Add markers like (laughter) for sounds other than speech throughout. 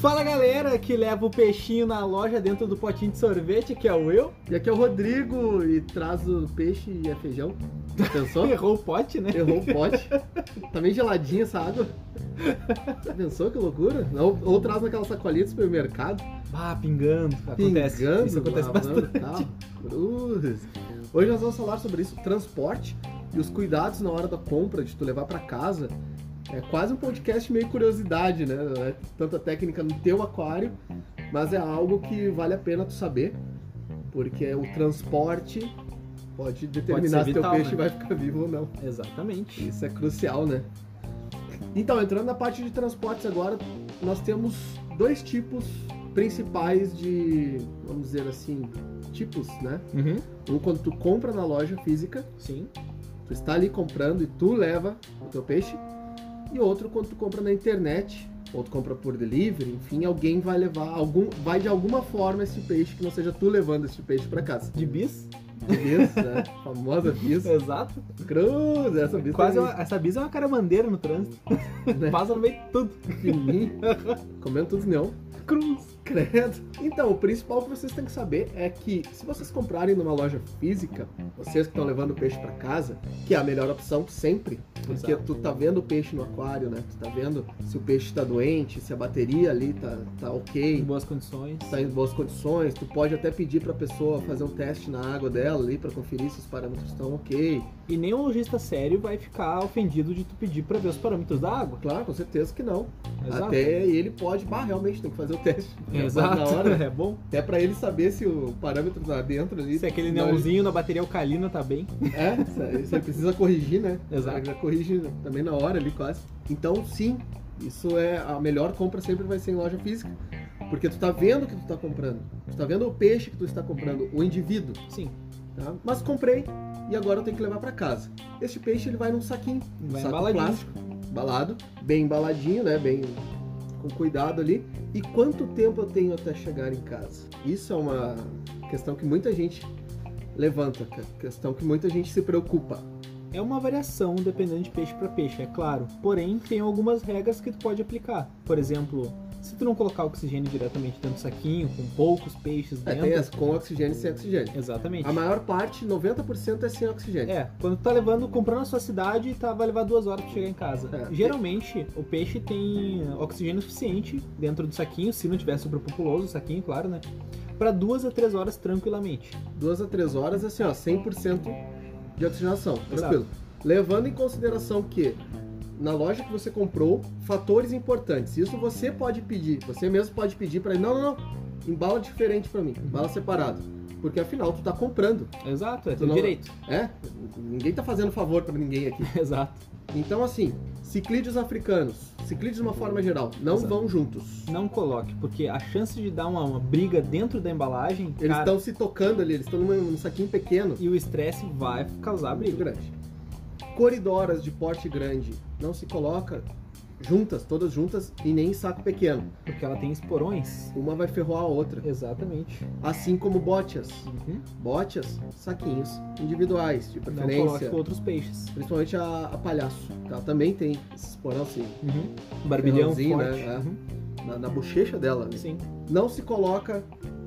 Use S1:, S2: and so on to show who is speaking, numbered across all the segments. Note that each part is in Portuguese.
S1: Fala galera que leva o peixinho na loja dentro do potinho de sorvete, que é o eu.
S2: E aqui é o Rodrigo e traz o peixe e é feijão. Pensou?
S1: (laughs) Errou o pote, né?
S2: Errou o pote. Tá meio geladinha essa água. Pensou que loucura? Ou, ou traz naquela sacolinha do supermercado.
S1: Ah, pingando. Acontece.
S2: Pingando,
S1: Isso acontece
S2: lavando
S1: bastante.
S2: e tal. Cruz. Hoje nós vamos falar sobre isso, transporte e os cuidados na hora da compra, de tu levar pra casa. É quase um podcast meio curiosidade, né? Não é tanta técnica no teu aquário, mas é algo que vale a pena tu saber, porque o transporte pode determinar se teu
S1: vital,
S2: peixe
S1: né?
S2: vai ficar vivo ou não.
S1: Exatamente.
S2: Isso é crucial, né? Então, entrando na parte de transportes agora, nós temos dois tipos principais de, vamos dizer assim, tipos, né?
S1: Uhum.
S2: Um quando tu compra na loja física,
S1: Sim.
S2: tu está ali comprando e tu leva o teu peixe. E outro quando tu compra na internet, ou tu compra por delivery, enfim, alguém vai levar algum, vai de alguma forma esse peixe que não seja tu levando esse peixe para casa.
S1: De bis?
S2: Beleza, né? Famosa bis.
S1: Exato.
S2: Cruz, essa bis
S1: Quase
S2: tem-
S1: uma- essa bis é uma caramandeira no trânsito.
S2: Né?
S1: Passa no meio de tudo.
S2: Fininho. Comendo tudo não.
S1: Cruz.
S2: Credo. Então, o principal que vocês têm que saber é que se vocês comprarem numa loja física, vocês que estão levando o peixe para casa, que é a melhor opção sempre, porque
S1: Exato.
S2: tu tá vendo o peixe no aquário, né? Tu tá vendo se o peixe tá doente, se a bateria ali tá, tá
S1: Em
S2: ok,
S1: boas condições.
S2: tá em boas condições. Tu pode até pedir pra pessoa fazer um teste na água dela ali para conferir se os parâmetros estão ok.
S1: E nenhum lojista sério vai ficar ofendido de tu pedir pra ver os parâmetros da água.
S2: Claro, com certeza que não.
S1: Exato.
S2: Até ele pode, bah, realmente tem que fazer o teste.
S1: Exato.
S2: (laughs) Na hora,
S1: (laughs) É bom.
S2: Até pra ele saber se o parâmetro tá dentro ali.
S1: Se é aquele
S2: Não, ele-
S1: neonzinho na bateria alcalina tá bem.
S2: É, se- se ele precisa corrigir, né?
S1: Exato.
S2: Ele Já corrige né? também na hora ali quase. Então, sim, isso é a melhor compra sempre vai ser em loja física. Porque tu tá vendo o que tu tá comprando. Tu tá vendo o peixe que tu está comprando, o indivíduo,
S1: Sim.
S2: tá? Mas comprei e agora eu tenho que levar pra casa. Este peixe ele vai num saquinho, um
S1: Vai
S2: saco
S1: embaladinho.
S2: plástico, embalado, bem embaladinho, né? Bem com cuidado ali. E quanto tempo eu tenho até chegar em casa? Isso é uma questão que muita gente levanta, que- é questão que muita gente se preocupa.
S1: É uma variação dependendo de peixe para peixe, é claro. Porém, tem algumas regras que tu pode aplicar. Por exemplo, se tu não colocar oxigênio diretamente dentro do saquinho, com poucos peixes
S2: É,
S1: dentro.
S2: tem as com oxigênio e sem oxigênio.
S1: Exatamente.
S2: A maior parte, 90% é sem oxigênio.
S1: É, quando tu tá levando, comprando na sua cidade, tá, vai levar duas horas pra chegar em casa.
S2: É.
S1: Geralmente, o peixe tem oxigênio suficiente dentro do saquinho, se não tiver superpopuloso o saquinho, claro, né? Pra duas a três horas tranquilamente.
S2: Duas a três horas, assim, ó, 100% de oxigenação. Tranquilo.
S1: Exato.
S2: Levando em consideração que na loja que você comprou, fatores importantes. Isso você pode pedir, você mesmo pode pedir pra ele, não, não, não, embala diferente pra mim, embala separado. Porque afinal tu tá comprando,
S1: Exato, é
S2: Tu
S1: teu
S2: não-
S1: direito. (laughs)
S2: é? Ninguém tá fazendo favor pra ninguém aqui.
S1: Exato.
S2: Então assim, ciclídeos africanos, ciclídeos de uma forma geral, não
S1: Exato.
S2: vão juntos.
S1: Não coloque, porque a chance de dar uma, uma briga dentro da embalagem,
S2: Eles
S1: cara,
S2: estão se tocando ali, eles estão num, num saquinho pequeno.
S1: e o estresse vai causar
S2: muito
S1: briga. né?
S2: grande. Coridoras de porte grande não se coloca juntas, todas juntas, e nem em saco pequeno.
S1: Porque ela tem esporões.
S2: Uma vai ferroar a outra.
S1: Exatamente.
S2: Assim como botias.
S1: Uhum.
S2: Botias, saquinhos individuais, de
S1: Não coloque
S2: preferência.
S1: com outros peixes.
S2: Principalmente a, a palhaço. Ela também tem esse porão assim,
S1: Uhum. Barbilhão forte.
S2: Ferrãozinho, né? É.
S1: Uhum.
S2: na, na bochecha dela. né?
S1: Sim.
S2: Não se coloca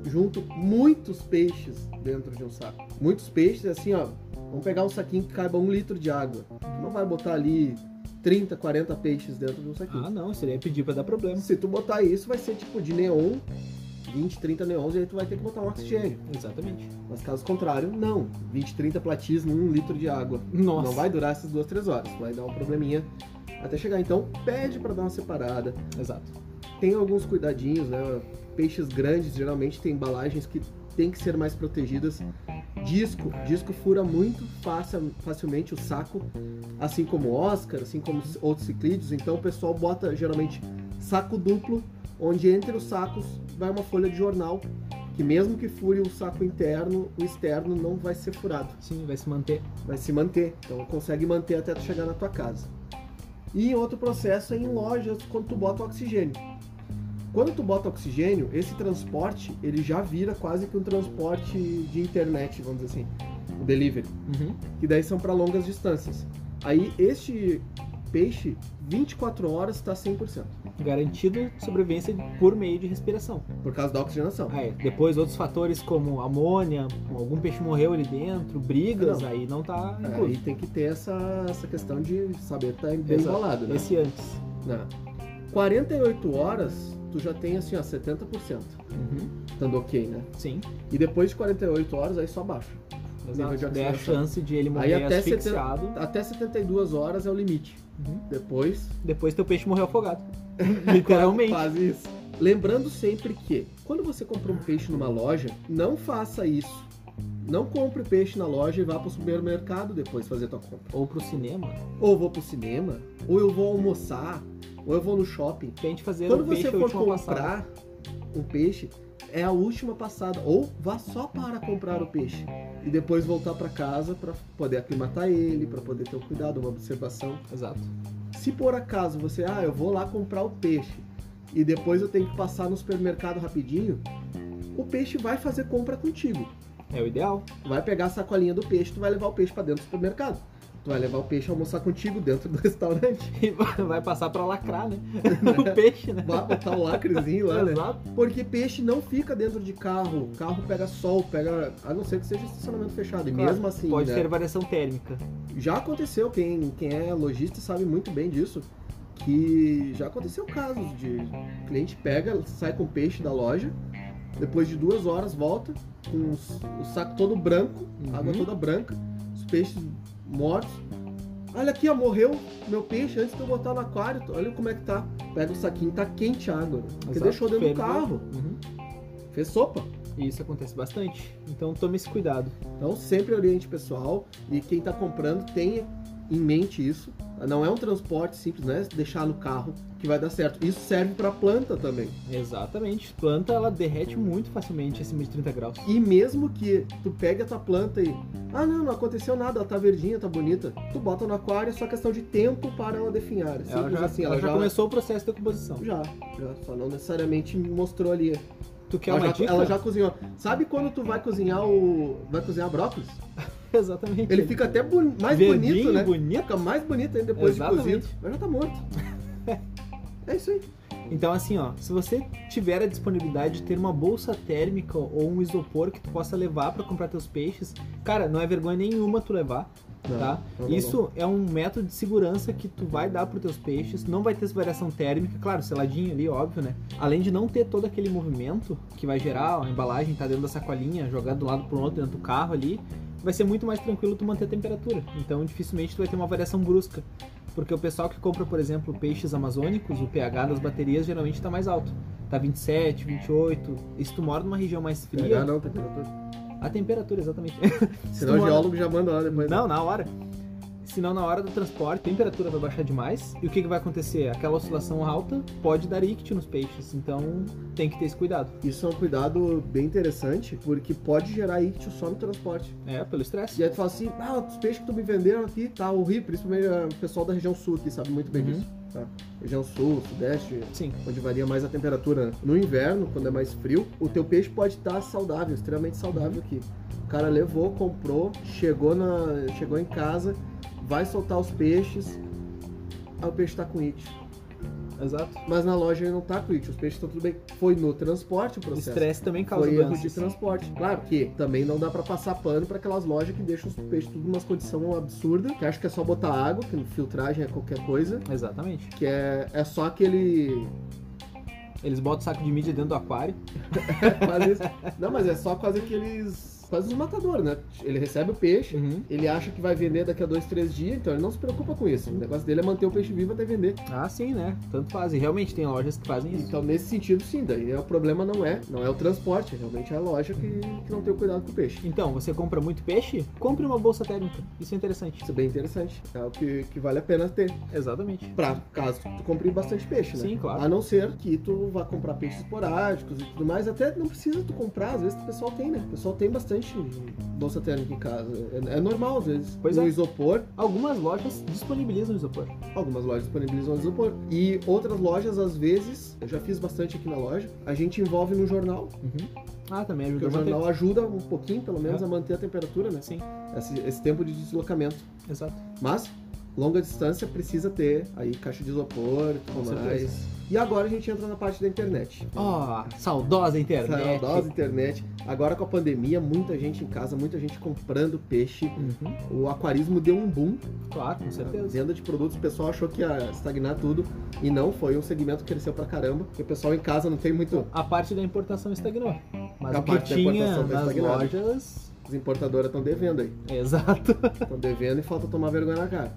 S2: junto muitos peixes dentro de um saco. Muitos peixes, assim, ó. Vamos pegar um saquinho que caiba um litro de água. Tu não vai botar ali 30, 40 peixes dentro de um saquinho.
S1: Ah, não, seria pedir pra dar problema.
S2: Então, Se tu botar isso, vai ser tipo de neon, 20, 30 neons, e aí tu vai ter que botar um oxigênio.
S1: Exatamente.
S2: Mas caso contrário, não. 20, 30 platismo, 1 litro de água.
S1: Nossa.
S2: Não vai durar essas duas, três horas. Vai dar um probleminha até chegar. Então, pede pra dar uma separada.
S1: Exato.
S2: Tem alguns cuidadinhos, né? Peixes grandes geralmente tem embalagens que tem que ser mais protegidas. Disco. Disco fura muito faci- facilmente o saco, assim como Oscar, assim como os outros ciclídeos. Então o pessoal bota geralmente saco duplo, onde entre os sacos vai uma folha de jornal, que mesmo que fure o saco interno, o externo não vai ser furado
S1: Sim, vai se manter.
S2: vai se manter. Então consegue manter até tu chegar na tua casa. E outro processo é em lojas quando tu bota oxigênio. Quando tu bota oxigênio, esse transporte ele já vira quase que um transporte de internet, vamos dizer assim, o delivery,
S1: Uhum.
S2: que daí são para longas distâncias. Aí este peixe, 24 horas tá está 100%,
S1: Garantido sobrevivência por meio de respiração.
S2: por causa da oxigenação.
S1: Aí, depois outros fatores como amônia, algum peixe morreu ali dentro, brigas,
S2: Não. É,
S1: aí não tá
S2: Ah, Aí
S1: incluso.
S2: tem que ter essa, essa questão de saber estar bem
S1: Exato.
S2: embalado, né?
S1: Esse antes.
S2: né? 48 horas, tu já tem assim, ó, 70%,
S1: Uhum.
S2: estando ok, né?
S1: Sim.
S2: E depois de 48 horas, aí só baixa. Nível de
S1: Exato. Daí a
S2: oxigenação.
S1: chance de ele morrer
S2: até
S1: asfixiado.
S2: Até 72 horas é o limite.
S1: Uhum.
S2: Depois,
S1: Depois teu peixe morreu
S2: (laughs)
S1: afogado. Literalmente.
S2: faz isso. Lembrando sempre que, quando você compra um peixe numa loja, não faça isso. Não compre peixe na loja e vá pro supermercado depois fazer tua compra.
S1: Ou pro cinema.
S2: Ou eu vou pro cinema, ou eu vou almoçar, ou eu vou no shopping.
S1: Tente fazer
S2: Quando
S1: o peixe
S2: você
S1: a
S2: for
S1: última
S2: comprar
S1: passada.
S2: um peixe, é a última passada. Ou vá só para comprar o peixe. E depois voltar para casa para poder aclimatar ele, para poder ter um cuidado, uma observação.
S1: Exato.
S2: Se por acaso você, ah, eu vou lá comprar o peixe e depois eu tenho que passar no supermercado rapidinho, o peixe vai fazer compra contigo.
S1: É o ideal. (laughs)
S2: Tu vai pegar a sacolinha do peixe, tu vai levar o peixe para dentro do supermercado. Tu vai levar o peixe a almoçar contigo dentro do (laughs) restaurante.
S1: E vai passar pra lacrar, né? (laughs) o peixe, né?
S2: Vai botar o lacrezinho lá, né?
S1: Exato.
S2: Porque peixe não fica dentro de carro. Carro pega sol, pega. A não ser que seja estacionamento fechado. E
S1: Claro,
S2: mesmo assim,
S1: Pode
S2: né?
S1: ter variação térmica.
S2: Já aconteceu, quem, quem é lojista sabe muito bem disso, que já aconteceu casos de cliente pega, sai com peixe da loja, depois de duas horas volta, com os- o saco todo branco,
S1: Uhum.
S2: água toda branca, os peixes mortos. Olha aqui, ó, morreu meu peixe antes de eu botar no aquário. Olha como é que tá. Pega o saquinho, tá quente a água. Porque
S1: Exato,
S2: deixou dentro do
S1: ferveu.
S2: carro.
S1: Uhum.
S2: Fez sopa.
S1: E isso acontece bastante. Então tome esse cuidado.
S2: Então sempre oriente o pessoal e quem está comprando tenha em mente isso. Não é um transporte simples, né? Deixar no carro que vai dar certo. Isso serve para planta também.
S1: Exatamente. Planta, ela derrete muito facilmente acima de 30 graus.
S2: E mesmo que tu pegue a tua planta e ah não, não aconteceu nada, ela tá verdinha, tá bonita. Tu bota no aquário, é só questão de tempo para ela definhar. É
S1: ela
S2: Simples
S1: já,
S2: assim,
S1: ela já começou o processo de decomposição.
S2: Já, já, só não necessariamente mostrou ali.
S1: Tu quer
S2: Ela
S1: uma
S2: já,
S1: dica?
S2: ela já cozinhou. Sabe quando tu vai cozinhar o. Vai cozinhar brócolis?
S1: Exatamente.
S2: Ele fica até boni- mais
S1: Verdinho,
S2: bonito, né?
S1: bonito.
S2: Fica mais bonito ainda depois de
S1: Exatamente.
S2: cozido. Mas já tá morto. (laughs) É isso aí.
S1: Então assim, ó, se você tiver a disponibilidade de ter uma bolsa térmica ou um isopor que tu possa levar pra comprar teus peixes, cara, não é vergonha nenhuma tu levar, tá?
S2: não, não,
S1: Isso é um método de segurança que tu vai dar pros teus peixes, não vai ter essa variação térmica, claro, seladinho ali, óbvio, né? Além de não ter todo aquele movimento que vai gerar, ó, a embalagem tá dentro da sacolinha, jogada de um lado pro outro dentro do carro ali, vai ser muito mais tranquilo tu manter a temperatura. Então, dificilmente tu vai ter uma variação brusca. Porque o pessoal que compra, por exemplo, peixes amazônicos, o pH das baterias geralmente tá mais alto. Tá 27, 28. E se tu mora numa região mais
S2: não. Pegar
S1: fria,
S2: não, temperatura.
S1: a temperatura, exatamente. (laughs) Se tu
S2: Senão o
S1: mora-
S2: geólogo já manda lá depois.
S1: não, na hora. Senão, na hora do transporte, a temperatura vai baixar demais. E o que, que vai acontecer? Aquela oscilação alta pode dar ictio nos peixes. Então, tem que ter esse cuidado.
S2: Isso é um cuidado bem interessante, porque pode gerar ictio só no transporte.
S1: É, pelo estresse.
S2: E aí tu fala assim, ah, os peixes que tu me venderam aqui, tá horrível. Principalmente ah, o pessoal da região sul aqui sabe muito bem
S1: Uhum.
S2: disso. Tá? Região sul, sudeste,
S1: Sim,
S2: onde varia mais a temperatura. No inverno, quando é mais frio, o teu peixe pode estar saudável, extremamente saudável aqui. O cara levou, comprou, chegou, na, chegou em casa, vai soltar os peixes, aí o peixe tá com it.
S1: exato.
S2: Mas na loja ele não tá com it, os peixes estão tudo bem. Foi no transporte o
S1: O
S2: processo.
S1: estresse também causa
S2: Foi erro de
S1: doenças.
S2: transporte. Claro que também não dá pra passar pano pra aquelas lojas que deixam os peixes tudo umas condição absurda, que acho que é só botar água, que filtragem é qualquer coisa,
S1: Exatamente.
S2: que é, é só aquele
S1: Eles botam o saco de mídia dentro do aquário.
S2: Quase isso. Não, mas é só quase aqueles. Quase os matadores, né? Ele recebe o peixe,
S1: Uhum.
S2: ele acha que vai vender daqui a dois, três dias, então ele não se preocupa com isso. O negócio dele é manter o peixe vivo até vender.
S1: Ah, sim, né? Tanto faz. E realmente tem lojas que fazem isso.
S2: Então, nesse sentido, sim, daí é, o problema não é, não é o transporte, realmente é a loja que, que não tem o cuidado com o peixe.
S1: Então, você compra muito peixe? Compre uma bolsa térmica. Isso é interessante.
S2: Isso é bem interessante. É o que, que vale a pena ter.
S1: Exatamente.
S2: Pra caso tu compre bastante peixe, né?
S1: Sim, claro.
S2: A não ser que tu vá comprar peixes esporádicos e tudo mais. Até não precisa tu comprar, às vezes o pessoal tem, né? O pessoal tem bastante bolsa térmica em casa. É, é normal, às vezes.
S1: Pois
S2: no
S1: é.
S2: isopor,
S1: Algumas lojas disponibilizam isopor.
S2: algumas lojas disponibilizam isopor. E outras lojas, às vezes, eu já fiz bastante aqui na loja, a gente envolve no jornal.
S1: Ah, também
S2: Uhum.
S1: ajuda
S2: Porque o
S1: a manter.
S2: jornal ajuda um pouquinho, pelo menos,
S1: É.
S2: a manter a temperatura, né?
S1: Sim,
S2: Esse, esse tempo de deslocamento.
S1: exato.
S2: Mas longa distância precisa ter aí caixa de isopor e tudo
S1: Com
S2: mais.
S1: certeza.
S2: E agora a gente entra na parte da internet.
S1: Ó, saudosa internet.
S2: Saudosa internet. Agora com a pandemia, muita gente em casa, muita gente comprando peixe.
S1: Uhum,
S2: O aquarismo deu um boom.
S1: claro, com
S2: A
S1: certeza.
S2: venda de produtos, o pessoal achou que ia estagnar tudo. E não, foi um segmento que cresceu pra caramba. E o pessoal em casa não tem muito.
S1: A parte da importação estagnou. Mas
S2: A
S1: o que
S2: parte da
S1: tinha
S2: importação tá
S1: nas
S2: estagnada.
S1: lojas.
S2: As importadoras estão devendo aí. (laughs)
S1: Exato.
S2: Estão devendo e falta tomar vergonha na cara.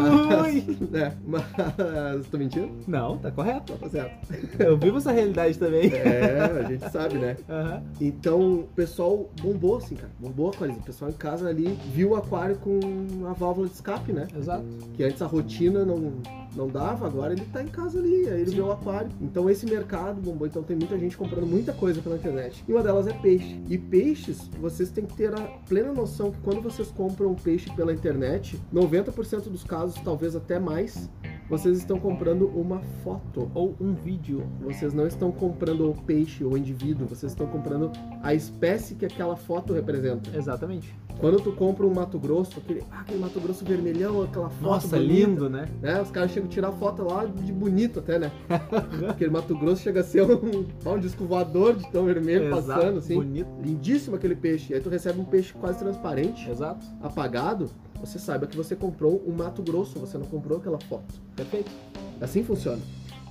S1: Ui.
S2: Mas, (laughs) né, mas tô mentindo?
S1: Não, tá correto.
S2: Não, tá certo.
S1: Eu vivo essa realidade também.
S2: É, a gente sabe, né?
S1: Aham.
S2: Então, o pessoal bombou, assim, cara. Bombou o aquarismo. O pessoal em casa ali viu o aquário com uma válvula de escape, né?
S1: Exato.
S2: Que antes a rotina não, não dava, agora ele tá em casa ali, aí ele
S1: Sim.
S2: vê o aquário. Então, esse mercado bombou. Então, tem muita gente comprando muita coisa pela internet. E uma delas é peixe. E peixes, vocês têm que ter a plena noção que quando vocês compram peixe pela internet, 90% dos casos, talvez até mais, vocês estão comprando uma foto.
S1: Ou um vídeo.
S2: Vocês não estão comprando o peixe ou o indivíduo, vocês estão comprando a espécie que aquela foto representa.
S1: Exatamente.
S2: Quando tu compra um Mato Grosso, aquele, ah, aquele Mato Grosso vermelhão, aquela foto
S1: Nossa,
S2: bonita,
S1: lindo, né?
S2: né? Os caras chegam a tirar foto lá de bonito até,
S1: (laughs)
S2: né? aquele Mato Grosso chega a ser um, um disco voador de tão vermelho
S1: Exato.
S2: passando, assim.
S1: Bonito.
S2: Lindíssimo aquele peixe. Aí tu recebe um peixe quase transparente,
S1: Exato.
S2: apagado, você saiba que você comprou um Mato Grosso, você não comprou aquela foto.
S1: Perfeito.
S2: Assim funciona.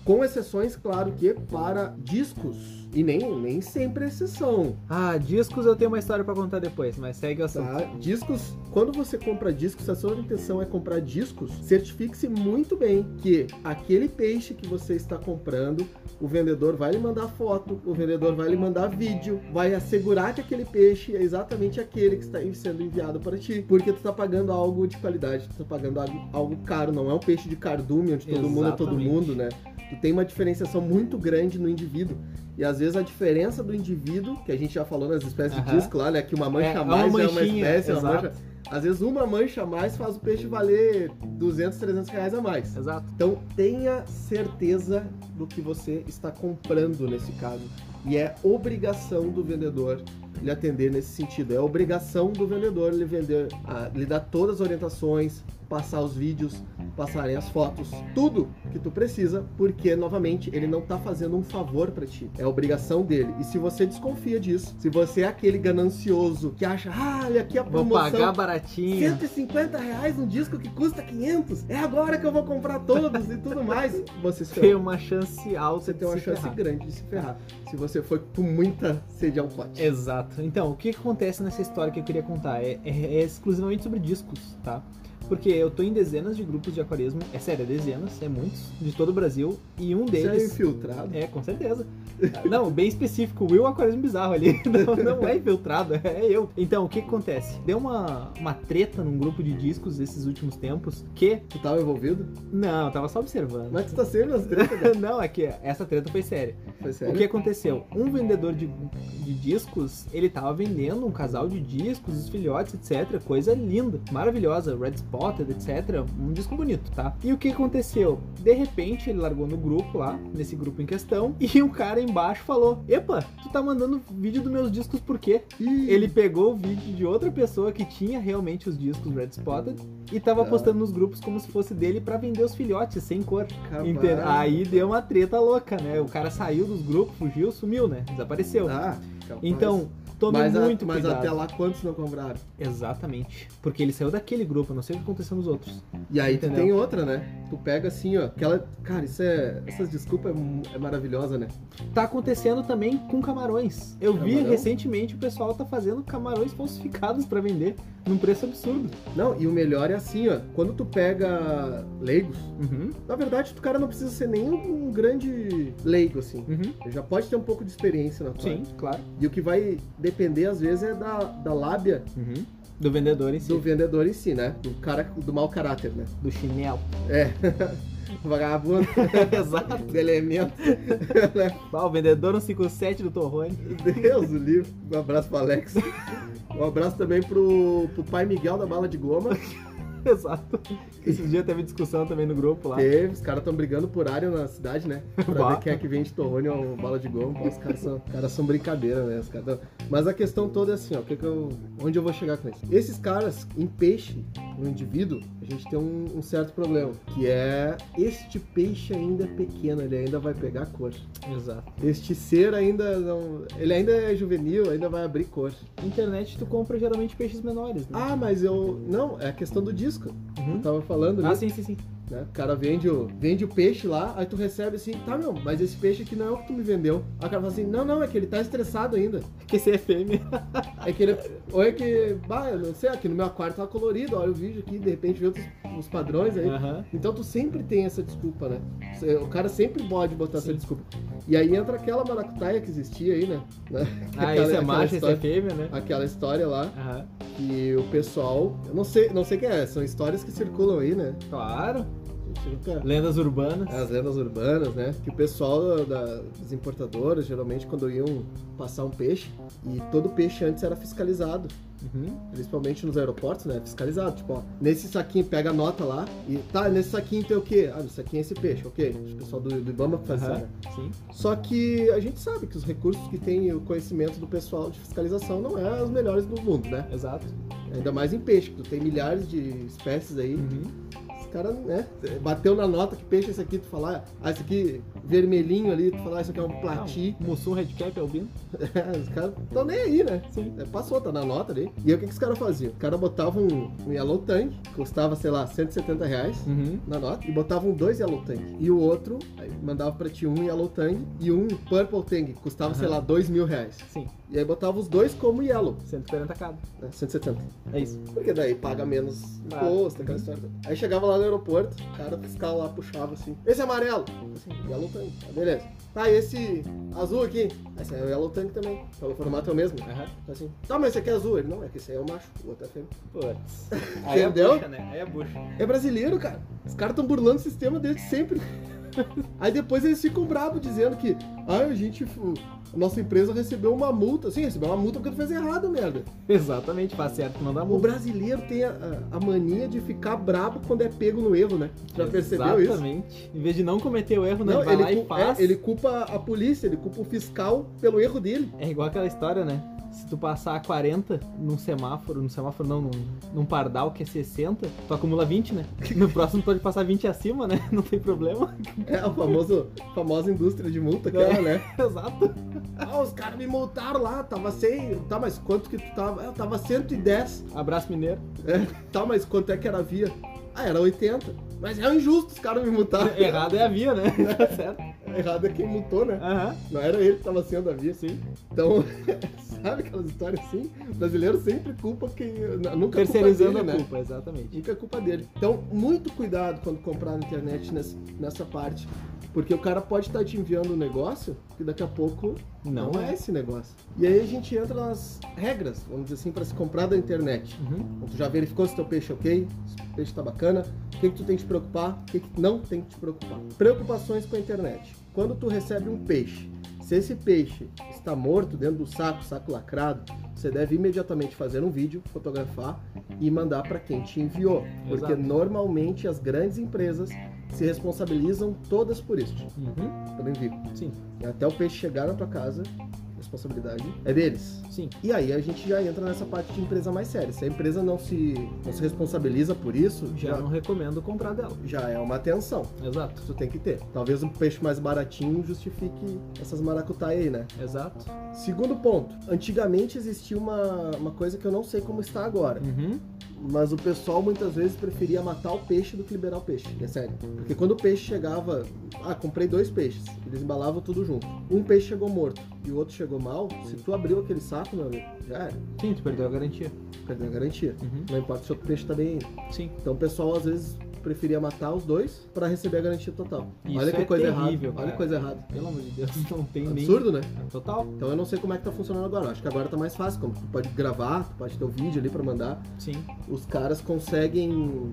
S2: Com exceções, claro que para discos. E nem, nem sempre é exceção.
S1: Ah, discos eu tenho uma história pra contar depois, mas segue o assunto.
S2: Tá? Discos, quando você compra discos, se a sua intenção é comprar discos, certifique-se muito bem que aquele peixe que você está comprando, o vendedor vai lhe mandar foto, o vendedor vai lhe mandar vídeo, vai assegurar que aquele peixe é exatamente aquele que está sendo enviado para ti, porque tu está pagando algo de qualidade, tu está pagando algo, algo caro, não é um peixe de cardume onde todo mundo é todo
S1: Exatamente.
S2: mundo, né? Tu tem uma diferenciação muito grande no indivíduo. E às vezes a diferença do indivíduo, que a gente já falou nas espécies de
S1: Aham.
S2: disco lá, né? Que uma mancha
S1: É,
S2: a
S1: uma
S2: mais é uma
S1: manchinha,
S2: espécie, uma
S1: exato.
S2: mancha. Às vezes uma mancha a mais faz o peixe valer 200, 300 reais a mais.
S1: Exato.
S2: Então tenha certeza do que você está comprando nesse caso. E é obrigação do vendedor lhe atender nesse sentido. É obrigação do vendedor lhe vender, ah, lhe dar todas as orientações, passar os vídeos, passarem as fotos, tudo que tu precisa, porque novamente ele não tá fazendo um favor para ti. É obrigação dele. E se você desconfia disso, se você é aquele ganancioso que acha, ah, olha aqui a
S1: Vou
S2: promoção,
S1: pagar baratinho.
S2: 150 reais um disco que custa 500? É agora que eu vou comprar todos e
S1: (laughs)
S2: tudo mais. Você se
S1: Tem
S2: ferrou.
S1: uma chance alta
S2: Você tem uma
S1: de se
S2: chance
S1: ferrar.
S2: grande de se ferrar. Se você foi com muita sede ao pote.
S1: Exato. Então, o que que acontece nessa história que eu queria contar é, é- é exclusivamente sobre discos, tá? Porque eu tô em dezenas de grupos de aquarismo, é sério, é dezenas, é muitos, de todo o Brasil, e um
S2: Você é
S1: deles.
S2: infiltrado.
S1: É, com certeza. (laughs) Não, bem específico, o Will Aquarismo Bizarro ali. (laughs) Não, não é infiltrado, é eu. Então, o que que acontece? Deu uma, uma treta num grupo de discos esses últimos tempos que.
S2: Tu tava envolvido?
S1: Não, eu tava só observando.
S2: Mas tu tá sempre nas tretas,
S1: (laughs)
S2: cara.
S1: Não, é que essa treta foi séria.
S2: Foi
S1: O
S2: sério.
S1: que aconteceu? Um vendedor de, de discos, ele tava vendendo um casal de discos, os filhotes, etc. Coisa linda, maravilhosa, red spotted, etc. Um disco bonito, tá? E o que aconteceu? De repente, ele largou no grupo lá, nesse grupo em questão, (laughs) e um cara embaixo falou: Epa, tu tá mandando vídeo dos meus discos por quê?
S2: Ih,
S1: Ele pegou o vídeo de outra pessoa que tinha realmente os discos red spotted e tava
S2: Ah.
S1: postando nos grupos como se fosse dele pra vender os filhotes sem cor.
S2: capaz.
S1: Entende? Aí deu uma treta louca, né? O cara saiu dos grupos, fugiu, sumiu, né? Desapareceu.
S2: Ah, capaz.
S1: então, tome
S2: mas a-
S1: muito
S2: Mas
S1: cuidado.
S2: até lá, quantos não compraram?
S1: Exatamente. Porque ele saiu daquele grupo, eu não sei o que aconteceu nos outros.
S2: E aí tu
S1: Entendeu?
S2: tem outra, né? Tu pega assim, ó. Aquela. Cara, isso é. Essas desculpas é, mu- é maravilhosa, né?
S1: Tá acontecendo também com camarões. Eu vi
S2: Camarão?
S1: recentemente o pessoal tá fazendo camarões falsificados pra vender num preço absurdo.
S2: Não, e o melhor é assim, ó. Quando tu pega leigos,
S1: Uhum,
S2: Na verdade, o cara não precisa ser nem um grande leigo, assim.
S1: uhum.
S2: Ele Já pode ter um pouco de experiência na
S1: Sim,
S2: parte.
S1: claro.
S2: E o que vai depender, às vezes, é da, da lábia
S1: Uhum. Do vendedor em si,
S2: do
S1: do,
S2: vendedor em si, né? Do cara do mau caráter, né? (laughs)
S1: chinelo. (laughs)
S2: É. Vagabundo, é
S1: Exato.
S2: do elemento.
S1: Ah, o vendedor 157 do Torrone. (laughs)
S2: Deus do livro. Um abraço pro Alex. Um abraço também pro, pro pai Miguel da Bala de Goma.
S1: Exato. Esses dias teve discussão também no grupo lá.
S2: Teve, os caras estão brigando por área na cidade, né? Pra
S1: Bah.
S2: ver quem é que vende torrone ou bala de goma. Pô, Os caras são, os caras são brincadeira, né? Os caras tão- Mas a questão toda é assim, ó. o que que eu- Onde eu vou chegar com isso? Esses caras em peixe, no indivíduo, a gente tem um, um certo problema, que é este peixe ainda é pequeno, ele ainda vai pegar cor.
S1: Exato.
S2: Este ser ainda não. Ele ainda é juvenil, ainda vai abrir cor.
S1: Na internet tu compra geralmente peixes menores, né?
S2: Ah, mas eu. Não, é a questão do disco. Eu
S1: Uhum.
S2: tava falando, né?
S1: Ah, sim, sim, sim. (laughs)
S2: né? O cara vende o, vende o peixe lá, aí tu recebe assim, tá meu, mas esse peixe aqui não é o que tu me vendeu. Aí o cara fala assim, não, não, é que ele tá estressado ainda.
S1: Porque esse é fêmea.
S2: É que ele. Ou é que. Bah, eu não sei, aqui no meu aquário tá colorido, olha o vídeo aqui, de repente vê outros, os padrões aí.
S1: Aham.
S2: Então tu sempre tem essa desculpa, né? Cê- O cara sempre pode botar essa
S1: Sim.
S2: desculpa. E aí entra aquela maracutaia que existia aí, né? (laughs)
S1: Ah,
S2: Aquela-
S1: esse é
S2: aquela
S1: macho, esse é
S2: história-
S1: fêmea, né?
S2: Aquela história lá
S1: Aham.
S2: que o pessoal. Eu não sei, não sei o que é, são histórias que circulam aí, né?
S1: Claro.
S2: A gente nunca.
S1: Lendas urbanas.
S2: As lendas urbanas, né? Que o pessoal da- das importadoras, geralmente, quando iam passar um peixe, e todo peixe antes era fiscalizado,
S1: Uhum.
S2: principalmente nos aeroportos, né? Fiscalizado, tipo, ó, nesse saquinho pega a nota lá, e tá, nesse saquinho tem o quê? Ah, nesse saquinho é esse peixe, ok. O pessoal do, do Ibama que faz isso, né?
S1: Aham. Sim.
S2: Só que a gente sabe que os recursos que tem e o conhecimento do pessoal de fiscalização não é os melhores do mundo, né?
S1: Exato.
S2: Ainda mais em peixe, que tu tem milhares de espécies aí.
S1: Uhum.
S2: Os caras, né? Bateu na nota que peixe é esse aqui, tu falar, ah, esse aqui vermelhinho ali, tu falar, isso aqui é um (laughs) plati. É,
S1: Não, Mussum Redcap albino.
S2: os caras tão nem aí, né?
S1: Sim.
S2: É, Passou, tá na nota ali. E aí o que, que os caras faziam? Os caras botavam um, um yellow tank, custava, sei lá, 170 reais
S1: Uhum.
S2: na nota, e botavam dois yellow tank. E o outro, aí mandava pra ti um yellow tank e um purple tank, que custava,
S1: Aham.
S2: sei lá, dois mil reais.
S1: Sim.
S2: E aí botava os dois como yellow,
S1: 140 cada.
S2: né? 170.
S1: É isso.
S2: Porque daí paga menos
S1: Ah.
S2: imposto, aquela história. toda. Aí chegava lá no aeroporto, o cara fiscal lá puxava assim. Esse é amarelo? Assim, yellow tank. Ah, beleza. Tá, e esse azul aqui? Esse é o yellow tank também. Então o formato é o mesmo.
S1: Aham.
S2: Assim, tá, mas esse aqui é azul. Ele, não, é que esse aí é o macho, o outro é fêmea.
S1: (laughs) Putz.
S2: Entendeu?
S1: É bucha, né? Aí é bucha.
S2: É brasileiro, cara. Os caras tão burlando o sistema desde sempre. (laughs) Aí depois eles ficam bravos dizendo que, ah, a gente, a nossa empresa recebeu uma multa. Sim, recebeu uma multa porque tu fez errado, merda.
S1: Exatamente, faz certo que manda
S2: O
S1: multa.
S2: brasileiro tem a, a- a mania de ficar brabo quando é pego no erro, né? Já percebeu isso?
S1: Exatamente. Em vez de não cometer o erro, né?
S2: Não,
S1: vai lá
S2: ele,
S1: e
S2: cu- é,
S1: faz.
S2: ele culpa a polícia, ele culpa o fiscal pelo erro dele.
S1: É igual aquela história, né? Se tu passar 40 num semáforo, num semáforo não, num, num pardal que é 60, tu acumula 20,
S2: (laughs)
S1: né? No próximo tu pode passar 20 acima, né? Não tem problema. (laughs)
S2: É a famoso, famosa indústria de multa que é, né?
S1: Exato.
S2: Ah, os caras me multaram lá, tava 100. Tá, mas quanto que tu tava? Ah, Eu tava 110.
S1: Abraço
S2: (laughs)
S1: mineiro.
S2: É, tá, mas quanto é que era a via? Ah, era 80. Mas é injusto os caras me multaram.
S1: Errado é a via, né?
S2: (laughs)
S1: Tá certo.
S2: Errado é quem multou, né?
S1: Aham.
S2: Não era ele que tava sendo a via.
S1: Sim.
S2: Então, (laughs) sabe aquelas histórias assim? O brasileiro sempre culpa quem. Nunca
S1: Terceirizando
S2: culpa
S1: a
S2: dele, né?
S1: culpa, exatamente.
S2: Nunca é culpa dele. Então, muito cuidado quando comprar na internet nessa, nessa parte. Porque o cara pode estar te enviando um negócio que daqui a pouco não,
S1: Não,
S2: é esse negócio. E aí a gente entra nas regras, vamos dizer assim, para se comprar da internet.
S1: Uhum.
S2: Então, Tu já verificou se teu peixe é ok, se o peixe tá bacana, o que, que tu tem que te preocupar, o que, que não tem que te preocupar. Preocupações com a internet. Quando tu recebe um peixe, se esse peixe está morto dentro do saco, saco lacrado, você deve imediatamente fazer um vídeo, fotografar e mandar para quem te enviou. Porque
S1: Exato.
S2: normalmente as grandes empresas se responsabilizam todas por isso,
S1: Uhum.
S2: pelo envio.
S1: Sim,
S2: Até o peixe chegar na tua casa, a responsabilidade é deles.
S1: sim.
S2: E aí a gente já entra nessa parte de empresa mais séria. Se a empresa não se, não se responsabiliza por isso,
S1: Já é
S2: já,
S1: não recomendo comprar dela.
S2: já é uma atenção.
S1: Exato.
S2: Isso tem que ter. Talvez um peixe mais baratinho justifique essas maracutaias aí, né?
S1: Exato.
S2: Segundo ponto. Antigamente existia uma, uma coisa que eu não sei como está agora.
S1: Uhum.
S2: Mas o pessoal muitas vezes preferia matar o peixe do que liberar o peixe. É sério. Porque quando o peixe chegava. Ah, comprei dois peixes. Eles embalavam tudo junto. Um peixe chegou morto e o outro chegou mal. Se tu abriu aquele saco, meu amigo, já era.
S1: Sim, tu perdeu a garantia.
S2: Perdeu a garantia.
S1: Uhum.
S2: Não importa se o peixe tá bem ainda.
S1: Sim.
S2: Então o pessoal às vezes preferia matar os dois pra receber a garantia total.
S1: Isso
S2: Olha que
S1: é
S2: coisa
S1: terrível,
S2: errada. Olha
S1: cara.
S2: que coisa errada.
S1: Pelo amor de Deus, (laughs) não tem nem.
S2: Absurdo, né?
S1: Total?
S2: Então eu não sei como é que tá funcionando agora. Acho que agora tá mais fácil. Como tu pode gravar, tu pode ter o vídeo ali pra mandar.
S1: Sim.
S2: Os caras conseguem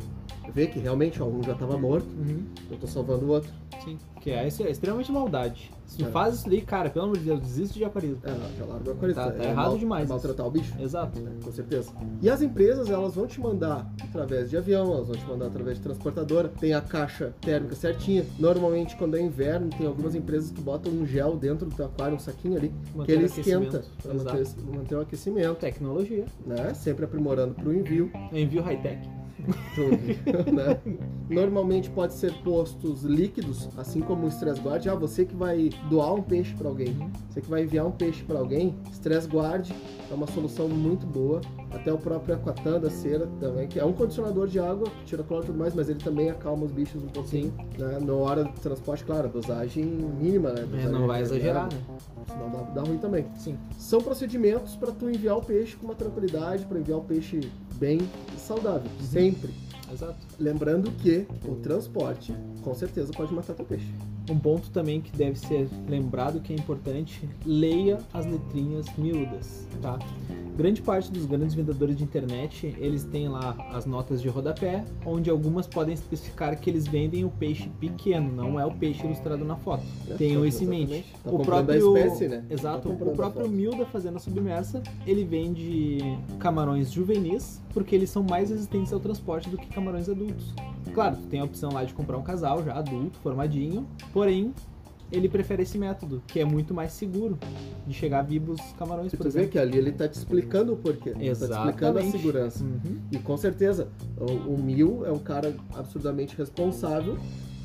S2: ver que realmente ó, um já tava morto,
S1: Uhum.
S2: eu tô salvando o outro.
S1: Sim. Que é, isso é extremamente maldade. Se tu
S2: É.
S1: faz isso daí, cara, pelo amor de Deus, desiste de aparelho.
S2: É, não, já largou a coisa.
S1: Tá- tá
S2: é
S1: errado demais
S2: É maltratar o bicho.
S1: Exato.
S2: né? Com certeza. E as empresas, elas vão te mandar através de avião, elas vão te mandar através de transportadora, tem a caixa térmica certinha. Normalmente, quando é inverno, tem algumas empresas que botam um gel dentro do teu aquário, um saquinho ali, que
S1: Manter
S2: ele
S1: o
S2: esquenta
S1: aquecimento.
S2: pra
S1: Exato.
S2: manter, manter o aquecimento,
S1: Tecnologia.
S2: né? Sempre aprimorando pro envio.
S1: Envio high-tech.
S2: Tudo, (laughs) né? Normalmente pode ser postos líquidos, assim como o stress guard. Ah, você que vai doar um peixe para alguém, você que vai enviar um peixe para alguém, stress guard é uma solução muito boa. Até o próprio Aquatan da cera também, que é um condicionador de água, que tira cloro e tudo mais, mas ele também acalma os bichos um pouquinho. Né? Na hora do transporte, claro, dosagem mínima, né?
S1: É,
S2: Dosagem
S1: não vai exagerar, né?
S2: Senão dá, dá ruim também.
S1: Sim.
S2: São procedimentos para tu enviar o peixe com uma tranquilidade, para enviar o peixe bem e saudável,
S1: Uhum.
S2: sempre.
S1: Exato.
S2: Lembrando que o transporte, com certeza, pode matar teu peixe.
S1: Um ponto também que deve ser lembrado que é importante, leia as letrinhas miúdas, tá? Grande parte dos grandes vendedores de internet, eles têm lá as notas de rodapé, onde algumas podem especificar que eles vendem o peixe pequeno, não é o peixe ilustrado na foto.
S2: né?
S1: Tenham isso em
S2: Exatamente.
S1: mente.
S2: Tá
S1: O
S2: comprando a
S1: próprio-
S2: espécie, né?
S1: Exato,
S2: Tá comprando
S1: o próprio
S2: a foto.
S1: Mil da Fazenda Submersa, ele vende camarões juvenis, porque eles são mais resistentes ao transporte do que camarões adultos. Claro, tu tem a opção lá de comprar um casal já adulto, formadinho, porém, ele prefere esse método, que é muito mais seguro de chegar vivos os camarões,
S2: E
S1: por
S2: tu vê
S1: exemplo. né?
S2: que ali ele tá te explicando o porquê. Tá te explicando a
S1: Exatamente.
S2: segurança.
S1: Uhum,
S2: E com certeza, o, o Mil é um cara absurdamente responsável,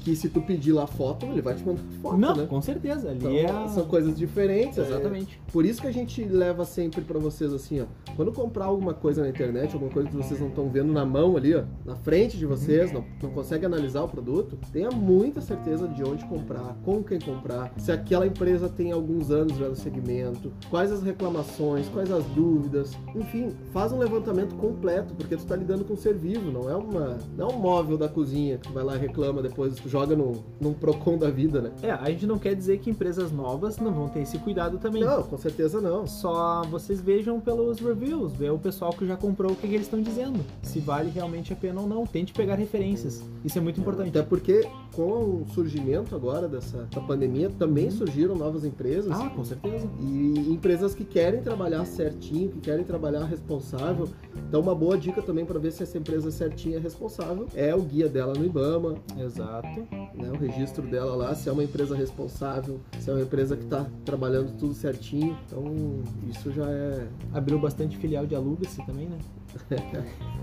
S2: que se tu pedir lá foto, ele vai te mandar foto,
S1: Não,
S2: né?
S1: com certeza, ali
S2: Então,
S1: é... a-
S2: São coisas diferentes. é-
S1: Exatamente.
S2: Por isso que a gente leva sempre pra vocês assim, ó. Quando comprar alguma coisa na internet, alguma coisa que vocês não estão vendo na mão ali, ó, na frente de vocês, não, não consegue analisar o produto, tenha muita certeza de onde comprar, com quem comprar, se aquela empresa tem alguns anos já no segmento, quais as reclamações, quais as dúvidas, enfim, faz um levantamento completo, porque tu tá lidando com um ser vivo, não é uma, não é um móvel da cozinha que tu vai lá e reclama depois joga no num Procon da vida, né?
S1: É, a gente não quer dizer que empresas novas não vão ter esse cuidado também.
S2: Não, com certeza não.
S1: Só vocês vejam pelos reviews, vê o pessoal que já comprou o que, que eles estão dizendo. Se vale realmente a pena ou não. Tente pegar referências. Isso é muito importante.
S2: Até porque com o surgimento agora dessa, da pandemia, também
S1: Uhum.
S2: surgiram novas empresas.
S1: Ah, com certeza.
S2: E empresas que querem trabalhar certinho, que querem trabalhar responsável. Então, uma boa dica também para ver se essa empresa certinha é responsável é o guia dela no Ibama,
S1: Exato.
S2: né, o registro dela lá, se é uma empresa responsável, se é uma empresa que está trabalhando tudo certinho. Então, isso já é.
S1: Abriu bastante filial de aluga-se também, (laughs) né?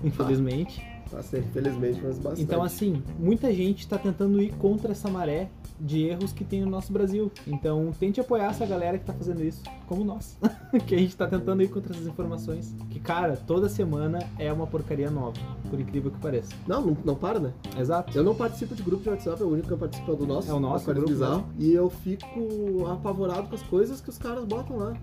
S1: Infelizmente.
S2: Tá sendo, infelizmente, mas bastante.
S1: Então, assim, muita gente está tentando ir contra essa maré de erros que tem no nosso Brasil. Então, tente apoiar essa galera que tá fazendo isso, como nós. (laughs) que a gente tá tentando ir contra essas informações. Que, cara, toda semana é uma porcaria nova, por incrível que pareça.
S2: não, não, não para, né?
S1: Exato.
S2: Eu não participo de grupo de WhatsApp, é o único que eu participo é do nosso.
S1: É o nosso
S2: Aquário
S1: grupo,
S2: Bizarro. E eu fico apavorado com as coisas que os caras botam lá.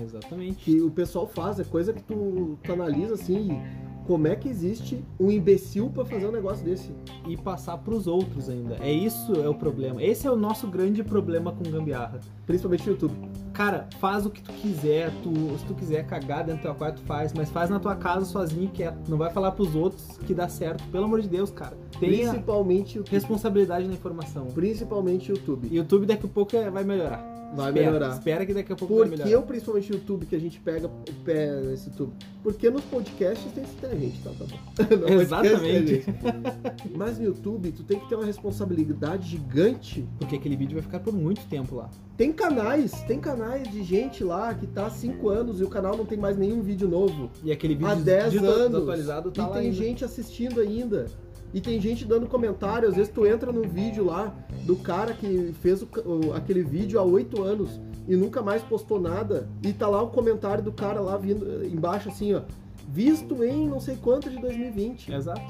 S1: Exatamente.
S2: Que o pessoal faz, é coisa que tu, tu analisa assim. e Como é que existe um imbecil pra fazer um negócio desse?
S1: e passar pros outros ainda. É isso é o problema. Esse é o nosso grande problema com gambiarra.
S2: Principalmente no YouTube.
S1: Cara, faz o que tu quiser, tu, se tu quiser cagar dentro do teu quarto, faz, mas faz na tua casa sozinho, quieto. Não vai falar pros outros que dá certo. Pelo amor de Deus, cara. Tenha
S2: Principalmente o YouTube.
S1: responsabilidade na informação.
S2: Principalmente o YouTube.
S1: YouTube daqui a pouco é- vai melhorar.
S2: Vai
S1: Espera,
S2: melhorar.
S1: Espera que daqui a pouco
S2: Por
S1: vai
S2: que
S1: melhorar.
S2: eu, principalmente o YouTube, que a gente pega o pé nesse YouTube? Porque nos podcasts tem, tem gente, tá, tá bom. (laughs) No podcast tem
S1: Exatamente.
S2: gente. Mas no YouTube, tu tem que ter uma responsabilidade gigante
S1: Porque aquele vídeo vai ficar por muito tempo lá.
S2: Tem canais, tem canais de gente lá que tá há 5 anos e o canal não tem mais nenhum vídeo novo.
S1: E aquele vídeo
S2: há 10
S1: desato-
S2: anos.
S1: desatualizado tá
S2: e
S1: lá
S2: tem
S1: ainda.
S2: gente assistindo ainda. E tem gente dando comentário. Às vezes tu entra num vídeo lá do cara que fez o ca- o- aquele vídeo há 8 anos e nunca mais postou nada. E tá lá o comentário do cara lá vindo eh, embaixo assim, ó. Visto em não sei quanto de
S1: É
S2: 2020.
S1: Exato.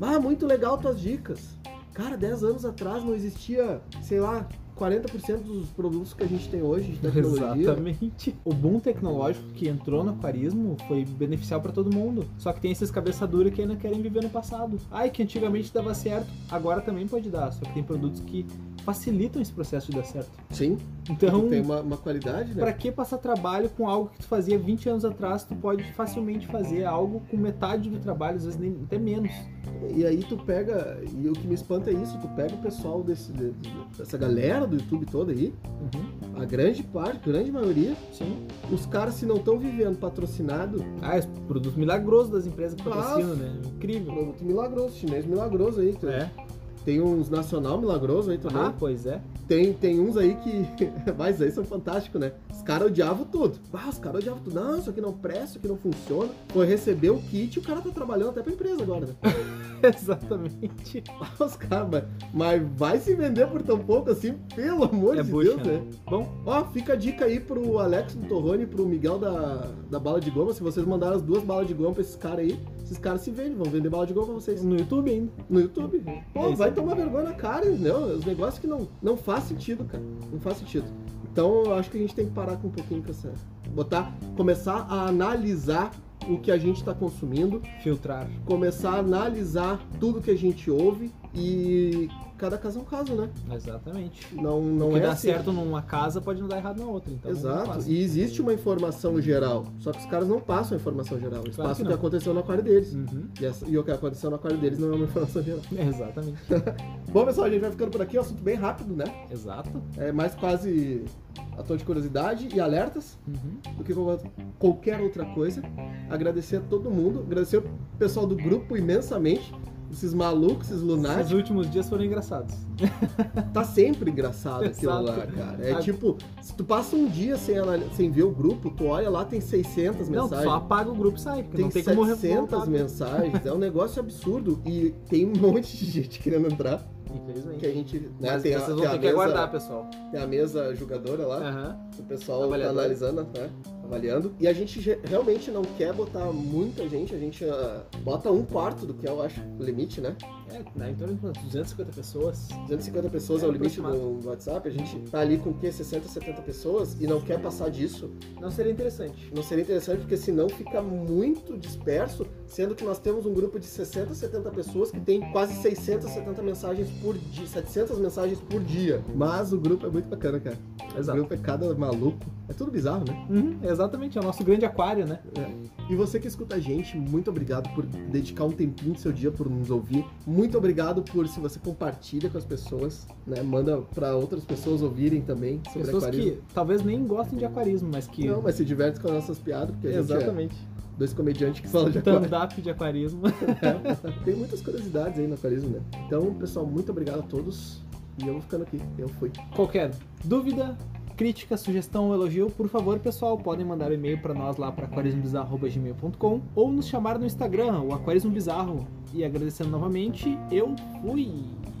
S2: Ah, muito legal tuas dicas. Cara, 10 anos atrás não existia, sei lá, 40% dos produtos que a gente tem hoje de tecnologia.
S1: Exatamente. O boom tecnológico que entrou no aquarismo foi beneficial pra todo mundo. Só que tem esses cabeça dura que ainda querem viver no passado. Ai, que antigamente dava certo, agora também pode dar. Só que tem produtos que facilitam esse processo de dar certo.
S2: Sim,
S1: Então,
S2: tem uma, uma qualidade, né?
S1: pra que passar trabalho com algo que tu fazia 20 anos atrás? Tu pode facilmente fazer algo com metade do trabalho, às vezes nem, até menos.
S2: E aí tu pega, e o que me espanta é isso, tu pega o pessoal desse, de- de- dessa galera do YouTube toda aí, a grande parte, grande maioria,
S1: Sim.
S2: os caras se não estão vivendo patrocinado,
S1: Ah, esse produto milagroso das empresas que
S2: Nossa.
S1: patrocinam, né? Incrível.
S2: produto milagroso, chinês milagroso aí, tu-
S1: É.
S2: tem uns nacional milagroso aí também,
S1: Ah, pois é. (laughs)
S2: Tem, tem uns aí que. (laughs) Mas aí são fantásticos, né? Os caras odiavam tudo. Ah, os caras odiavam tudo. Não, isso aqui não presta, isso aqui não funciona. Foi receber o kit e o cara tá trabalhando até pra empresa agora, né? (laughs) Ah,
S1: Exatamente.
S2: Os caras, mas, mas vai se vender por tão pouco assim, pelo amor
S1: É
S2: de
S1: bucha,
S2: Deus,
S1: né?
S2: né?
S1: Bom,
S2: Ó, fica a dica aí pro Alex do Torrone e pro Miguel da, da Bala de Goma. Se vocês mandaram as duas balas de goma pra esses caras aí, esses caras se vendem, vão vender bala de goma pra vocês
S1: no YouTube ainda.
S2: no YouTube.
S1: É
S2: Pô,
S1: isso
S2: vai
S1: aí.
S2: tomar vergonha na cara, não. Os negócios que não, não faz sentido, cara. Não faz sentido. Então eu acho que a gente tem que parar com um pouquinho com essa. Botar. Começar a analisar o que a gente tá consumindo
S1: Filtrar.
S2: começar a analisar tudo que a gente ouve e cada caso é um caso, né?
S1: Exatamente.
S2: Não,
S1: O
S2: não
S1: que
S2: é
S1: dá
S2: assim.
S1: certo numa casa pode não dar errado na outra. Então,
S2: Exato.
S1: faça.
S2: E existe uma informação geral, só que os caras não passam a informação geral, eles
S1: Claro que
S2: passam o que
S1: não.
S2: aconteceu no aquário deles.
S1: Uhum.
S2: E, essa- e o que aconteceu no aquário deles não é uma informação geral.
S1: Exatamente.
S2: Bom, pessoal, a gente vai ficando por aqui, é um assunto bem rápido, né?
S1: Exato.
S2: É mais quase a tom de curiosidade e alertas
S1: Uhum.
S2: do que qual- qualquer outra coisa. Agradecer a todo mundo, agradecer o pessoal do grupo imensamente, esses malucos, esses lunáticos.
S1: Os últimos dias foram engraçados.
S2: Tá sempre engraçado aquilo
S1: Exato. Tá.
S2: lá, cara. É
S1: A-
S2: tipo, se tu passa um dia sem, anal- sem ver o grupo, tu olha lá, tem 600
S1: Não, tu
S2: mensagens.
S1: só apaga o grupo e sai, porque
S2: tem,
S1: não tem como né?
S2: 700
S1: revoltar.
S2: mensagens. É um negócio absurdo. E tem um monte de (laughs) gente querendo entrar. Que
S1: Infelizmente.
S2: a gente. Né,
S1: Mas
S2: tem a,
S1: vocês
S2: tem
S1: vão
S2: a
S1: ter que
S2: mesa,
S1: aguardar, pessoal.
S2: Tem a mesa jogadora lá.
S1: Aham.
S2: O pessoal tá
S1: Avaliador.
S2: analisando, né? Avaliando. E a gente ge- realmente não quer botar muita gente. A gente ah, bota um quarto do que eu acho o limite, né?
S1: É, dá em torno de umas 250 pessoas.
S2: 250 pessoas é,
S1: É,
S2: o limite
S1: aproximado.
S2: do WhatsApp, a gente tá ali com o quê? 60, 70 pessoas e não quer passar disso.
S1: Não seria interessante.
S2: Não seria interessante porque senão fica muito disperso, sendo que nós temos um grupo de 60, 70 pessoas que tem quase 670 mensagens por dia, 700 mensagens por dia. Mas o grupo é muito bacana, cara. O
S1: Exato.
S2: grupo é cada maluco. É tudo bizarro, né?
S1: Uhum, exatamente, é o nosso grande aquário, né?
S2: E você que escuta a gente, muito obrigado por dedicar um tempinho do seu dia por nos ouvir. Muito obrigado por se você compartilha com as pessoas, né? Manda pra outras pessoas ouvirem também sobre
S1: Pessoas
S2: aquarismo.
S1: que talvez nem gostem de aquarismo, mas que.
S2: Não, mas se diverte com as nossas piadas, porque a gente
S1: Exatamente.
S2: é dois comediantes que falam de aquarismo.
S1: Stand-up de aquarismo.
S2: (laughs) Tem muitas curiosidades aí no aquarismo, né? Então, pessoal, muito obrigado a todos. E eu vou ficando aqui. Eu fui.
S1: Qualquer dúvida, crítica, sugestão ou elogio, por favor, pessoal, podem mandar um e-mail pra nós lá para aquarismobizarro.gmail.com ou nos chamar no Instagram, o Aquarismo Bizarro. E agradecendo novamente, eu fui.